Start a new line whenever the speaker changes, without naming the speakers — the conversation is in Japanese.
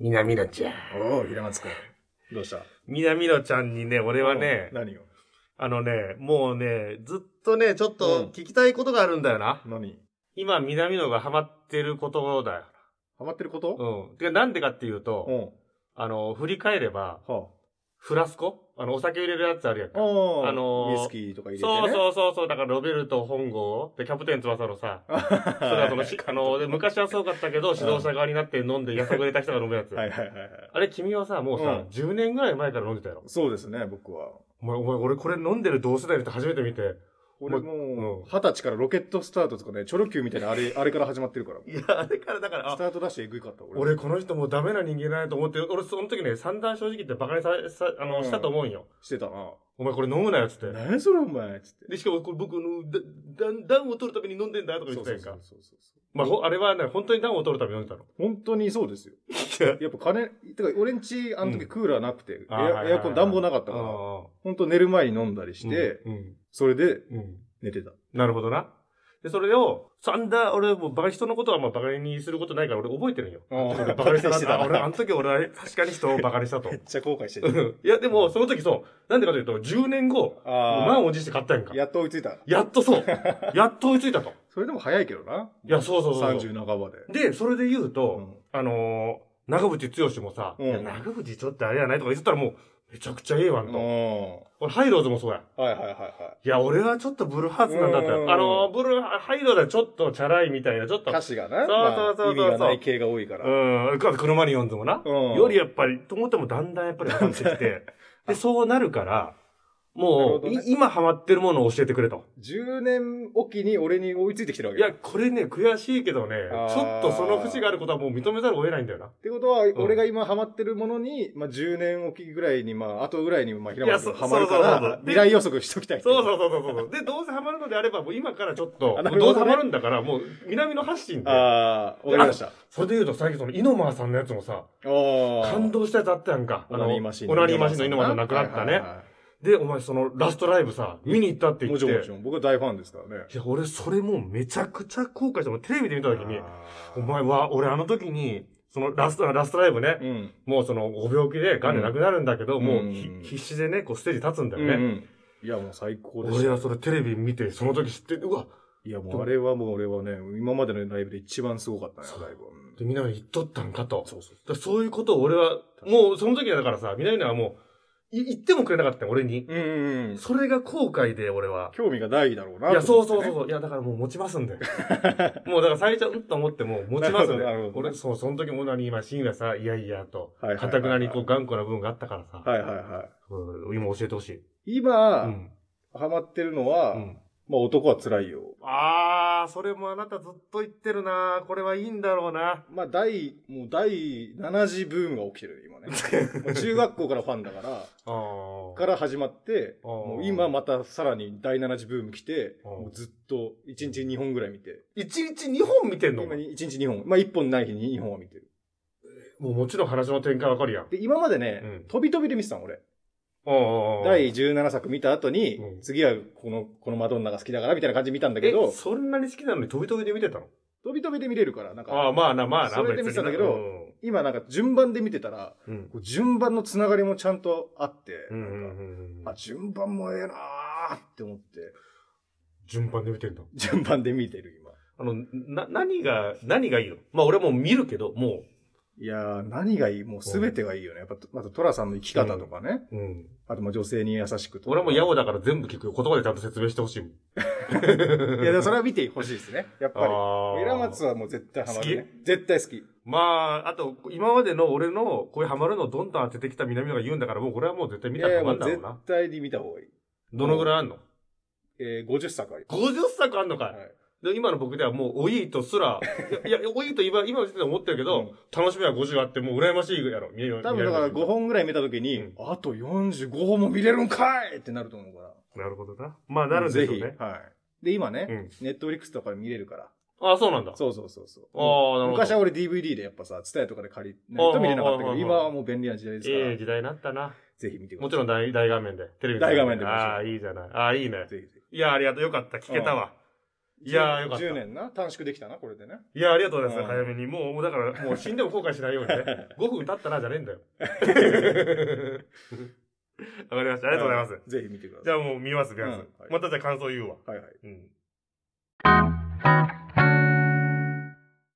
南野ちゃん。
おお、平松くん。どうした
南野ちゃんにね、俺はね、
何を
あのね、もうね、ずっとね、ちょっと聞きたいことがあるんだよな。
何
今、南野がハマってることだよ。
ハマってること
うん。てか、なんでかっていうと、
ん。
あの、振り返れば、
は
フラスコあの、お酒入れるやつあるやん
あ。
か。
お
あのー
ウイスキーとか入れてね。
そう
う。
そうそうそう、だからロベルト本郷でキャプテン翼のさ、それはそのし、あの、で昔はすごかったけど、指導者側になって飲んでやさぐれた人が飲むやつ。
はいはいはいはい。
あれ、君はさ、もうさ、
うん
10年ぐらい前から飲んでたやろ。
そうですね、僕は。
お前、お前、俺これ飲んでる同世代の人初めて見て。
俺
うん
もう、二十歳からロケットスタートとかね、チョロ Q みたいなあ れ、あれから始まってるから。
いや、あれからだから、
スタートダッシュエグいかった、俺。
俺この人もうダメな人間だなと思って、俺その時ね、散々正直言ってバカにさ、さあの、
うん
したと思うんよ。
してたな。
お前これ飲むなよっつって。
何それお前つって。
で、しかもこれ僕の、だ、だ、暖を取るために飲んでんだとか言ってたやんか。
そうそうそう。
まあ、ほあれはね、本当に暖を取るために飲んでたの。
本当にそうですよ。やっぱ金、てか俺んち、あの時クーラーなくて、エ
あーはいはい
ア
はい
エアコン暖房なかったから、本当寝る前に飲んだり
し
して、
うん。
それで
うん。
寝てた。
なるほどな。で、それを、サンダー、俺もうバカ人のことはまあバカにすることないから俺覚えてるんよ。俺バカにしたなあ俺、あの時俺は確かに人をバカにしたと
め。っちゃ後悔して
う
る。
んいや、でも、その時そう、なんでかというと、10年後、
あ
満を持して買ったやんか
あ。。やっと追いついた。
やっと そう。やっと追いついたと。
それでも早いけどな。
いや、そうそうそうそ
30半ばで。
う。で、それで言う
う
と、
ん
あのー、長渕剛もさ、
うん
いや長渕ちょっとあれやないとか言ってたらもう、めちゃくちゃええわん
う
と。
ん
俺、ハイローズもそうや。
はいはいはいはい
や、俺はちょっとブルーハーツなんだって。あ
うん
のー、ブルー、ハイローズはちょっとチャラいみたいな、ちょっ
い。
と。
歌詞がな、
そうそうそうそう
まあ意味がない系が多いから。
うん、か車に呼んでもな。
うん
よりやっぱり、と思ってもだんだんやっぱり分かってき て。で、そうなるから、もう、
なるほどね
い今ハマってるものを教えてくれと。
10年おきに俺に追いついてきてるわ
い
けだ
や、これね、悔しいけどね、
あー
ちょっとその節があることはもう認めざるを得ないんだよな。
ってことは、俺が今ハマってるものに、まあ、10年おきぐらいに、まあ、あとぐらいに、まあ、平松君
いや
ハ
そ
マるか
そうそうそう
ら
で、
未来予測しときたい。
そうそうそうそうそう。で、どうせハマるのであれば、もう今からちょっと、
あ
も
な
う
る
どう
ほどね
せハマるんだから、もう南の発信で。
ああ、わかりました。
それで言うと、最近その、イノマーさんのやつもさ、
おー
感動したやつあったやんか。
オナニーマシン。
オナニーマシンのイノマーさん亡くなった
はい
ね
はい。は
で、お前その、ラストライブさ、見に行ったって
い
言
も
っ
ち
て。
ろんもちろん。僕は大ファンですからね。
いや、俺それもうめちゃくちゃ後悔した。俺テレビで見た時に、
あー
お前は、俺あの時に、そのラスト、ラストライブね、
うん。
もうその、ご病気で癌で亡くなるんだけど、
うん
もう
うん
ひ必死でね、こうステージ立つんだよ
う
ね。
んいや、もう最高でし
俺
た。
はそれテレビ見て、その時知って、うわ、
いや、もうあれはもう俺はね、今までのライブで一番すごかったね
そ、う
ライブは。うん
で、みんなに言っとったんかと。
そうそう
だからそういうことを俺は、もうその時はだからさ、みんなにはもう、い言ってもくれなかったよ、俺に。
うんうんうん。
それが後悔で、俺は。
興味がないだろうな。
いや、
と
そう
思って
そう
ね
そう。そう。いや、だからもう持ちますんで。 もうだから最初、うんと思ってもう持ちますんで
なるほどなるほ。ど
俺、そう、その時もなに今、深夜さ、いやいやと
はいはいはいは、い
かたくなにこう頑固な部分があったからさ、
はいはいは
うん今教えてほしい。
い。
う
今、
ん。
ハマってるのは
う、ん
まあ男は辛いよ。
あー、それもあなたずっと言ってるなこれはいいんだろう な。
まあ第、もう第7次ブームが起きてるよ、今ね。 もう中学校からファンだから、
あー。
から始まって、
あー
もう今またさらに第7次ブーム来て、
あー
もうずっと1日2本ぐらい見て、
1日2本見てんの
今に1日2本、まあ1本ない日に2本は見てる。
もうもちろん話の展開わかるやん。
で、今までね
うん、
飛び飛びで見てたの、俺。
第
第17作見た後に、
うん
次はこの、このマドンナが好きだからみたいな感じで見たんだ
え
けど、
そんなに好きなのに飛び飛びで見てたの
飛び飛びで見れるから、な
あ
んか、
あ、まあな、まあな、
それで見てたんだけ
別
ど
にな
今なんか順番で見てたら、
うんうん
こう順番のつながりもちゃんとあって、
うんうん
なんか
うんうん
あ、順番もええなーって思って、
順番で見てんだ。
順番で見てる今。
あの、な、何が、何がいいのまあ俺も見るけど、も
いやー、何がいいもう全てがいいよね。やっぱ、またトラさんの生き方とかね。
う。うん。
あと、まあ女性に優しくとか。
俺も野暮だから全部聞くよ。言葉でちゃんと説明してほしいもん。
いや、でもそれは見てほしいですね。やっぱ り。
あー
平松はもう絶対ハマるね。絶対好き。
まあ、あと、今までの俺の、こういうハマるのをどんどん当ててきた南野が言うんだから、もうこれはもう絶対見
い
た
やい
らハ
や、
マ
も
る
うん
だろう
絶
な。
対に見た方がいい。
どのぐらいあんの
えー、50作あり
?50 作あんのか
ます。
い、
はい。
で今の僕ではもう、おいいとす ら、いや、いやおいいと今、今の時点で思ってるけど、
うん
楽しみは50あって、もう羨ましいやろ。見え
多分だから5。
見え
本ぐらい見たときに、
うん
あと45本も見れるんかいってなると思うから。
なるほどな。まあ、なるんでしょうね
ぜ。ひ。はい。で、今ね、
うん。
ネットフリックスとかで見れるから。
ああ、そうなんだ。
そうそうそうそう。
ああ、なるほど。
昔は俺 DVD でやっぱさ、ツタヤとかで借りないと見れなかったけ
ああああああ
ど、今はもう便利な時代ですから、
ええ時代になったな。
ぜひ見てくだ
も
さ
ちろん大大画面で。テレビ
大画面でもちろん
ああ、いいじゃない。ああ、いいね
い。。ぜひぜ
いや、ありがとう。よかった。聞けたわ。
ひ
いやーよかった
10年な。短縮できたな、これでね。
いや、ありがとうございます。
う
早めに。もう、もうだから、もう死んでも後悔しないようにね。5分経 ったな、じゃねえんだよ。わかりました。あ
あ
りがとうございます。。
ぜひ見てください。
じゃあもう見ます、見ます。
うんはい
またじゃあ感想言うわ。
はいはい。
うん。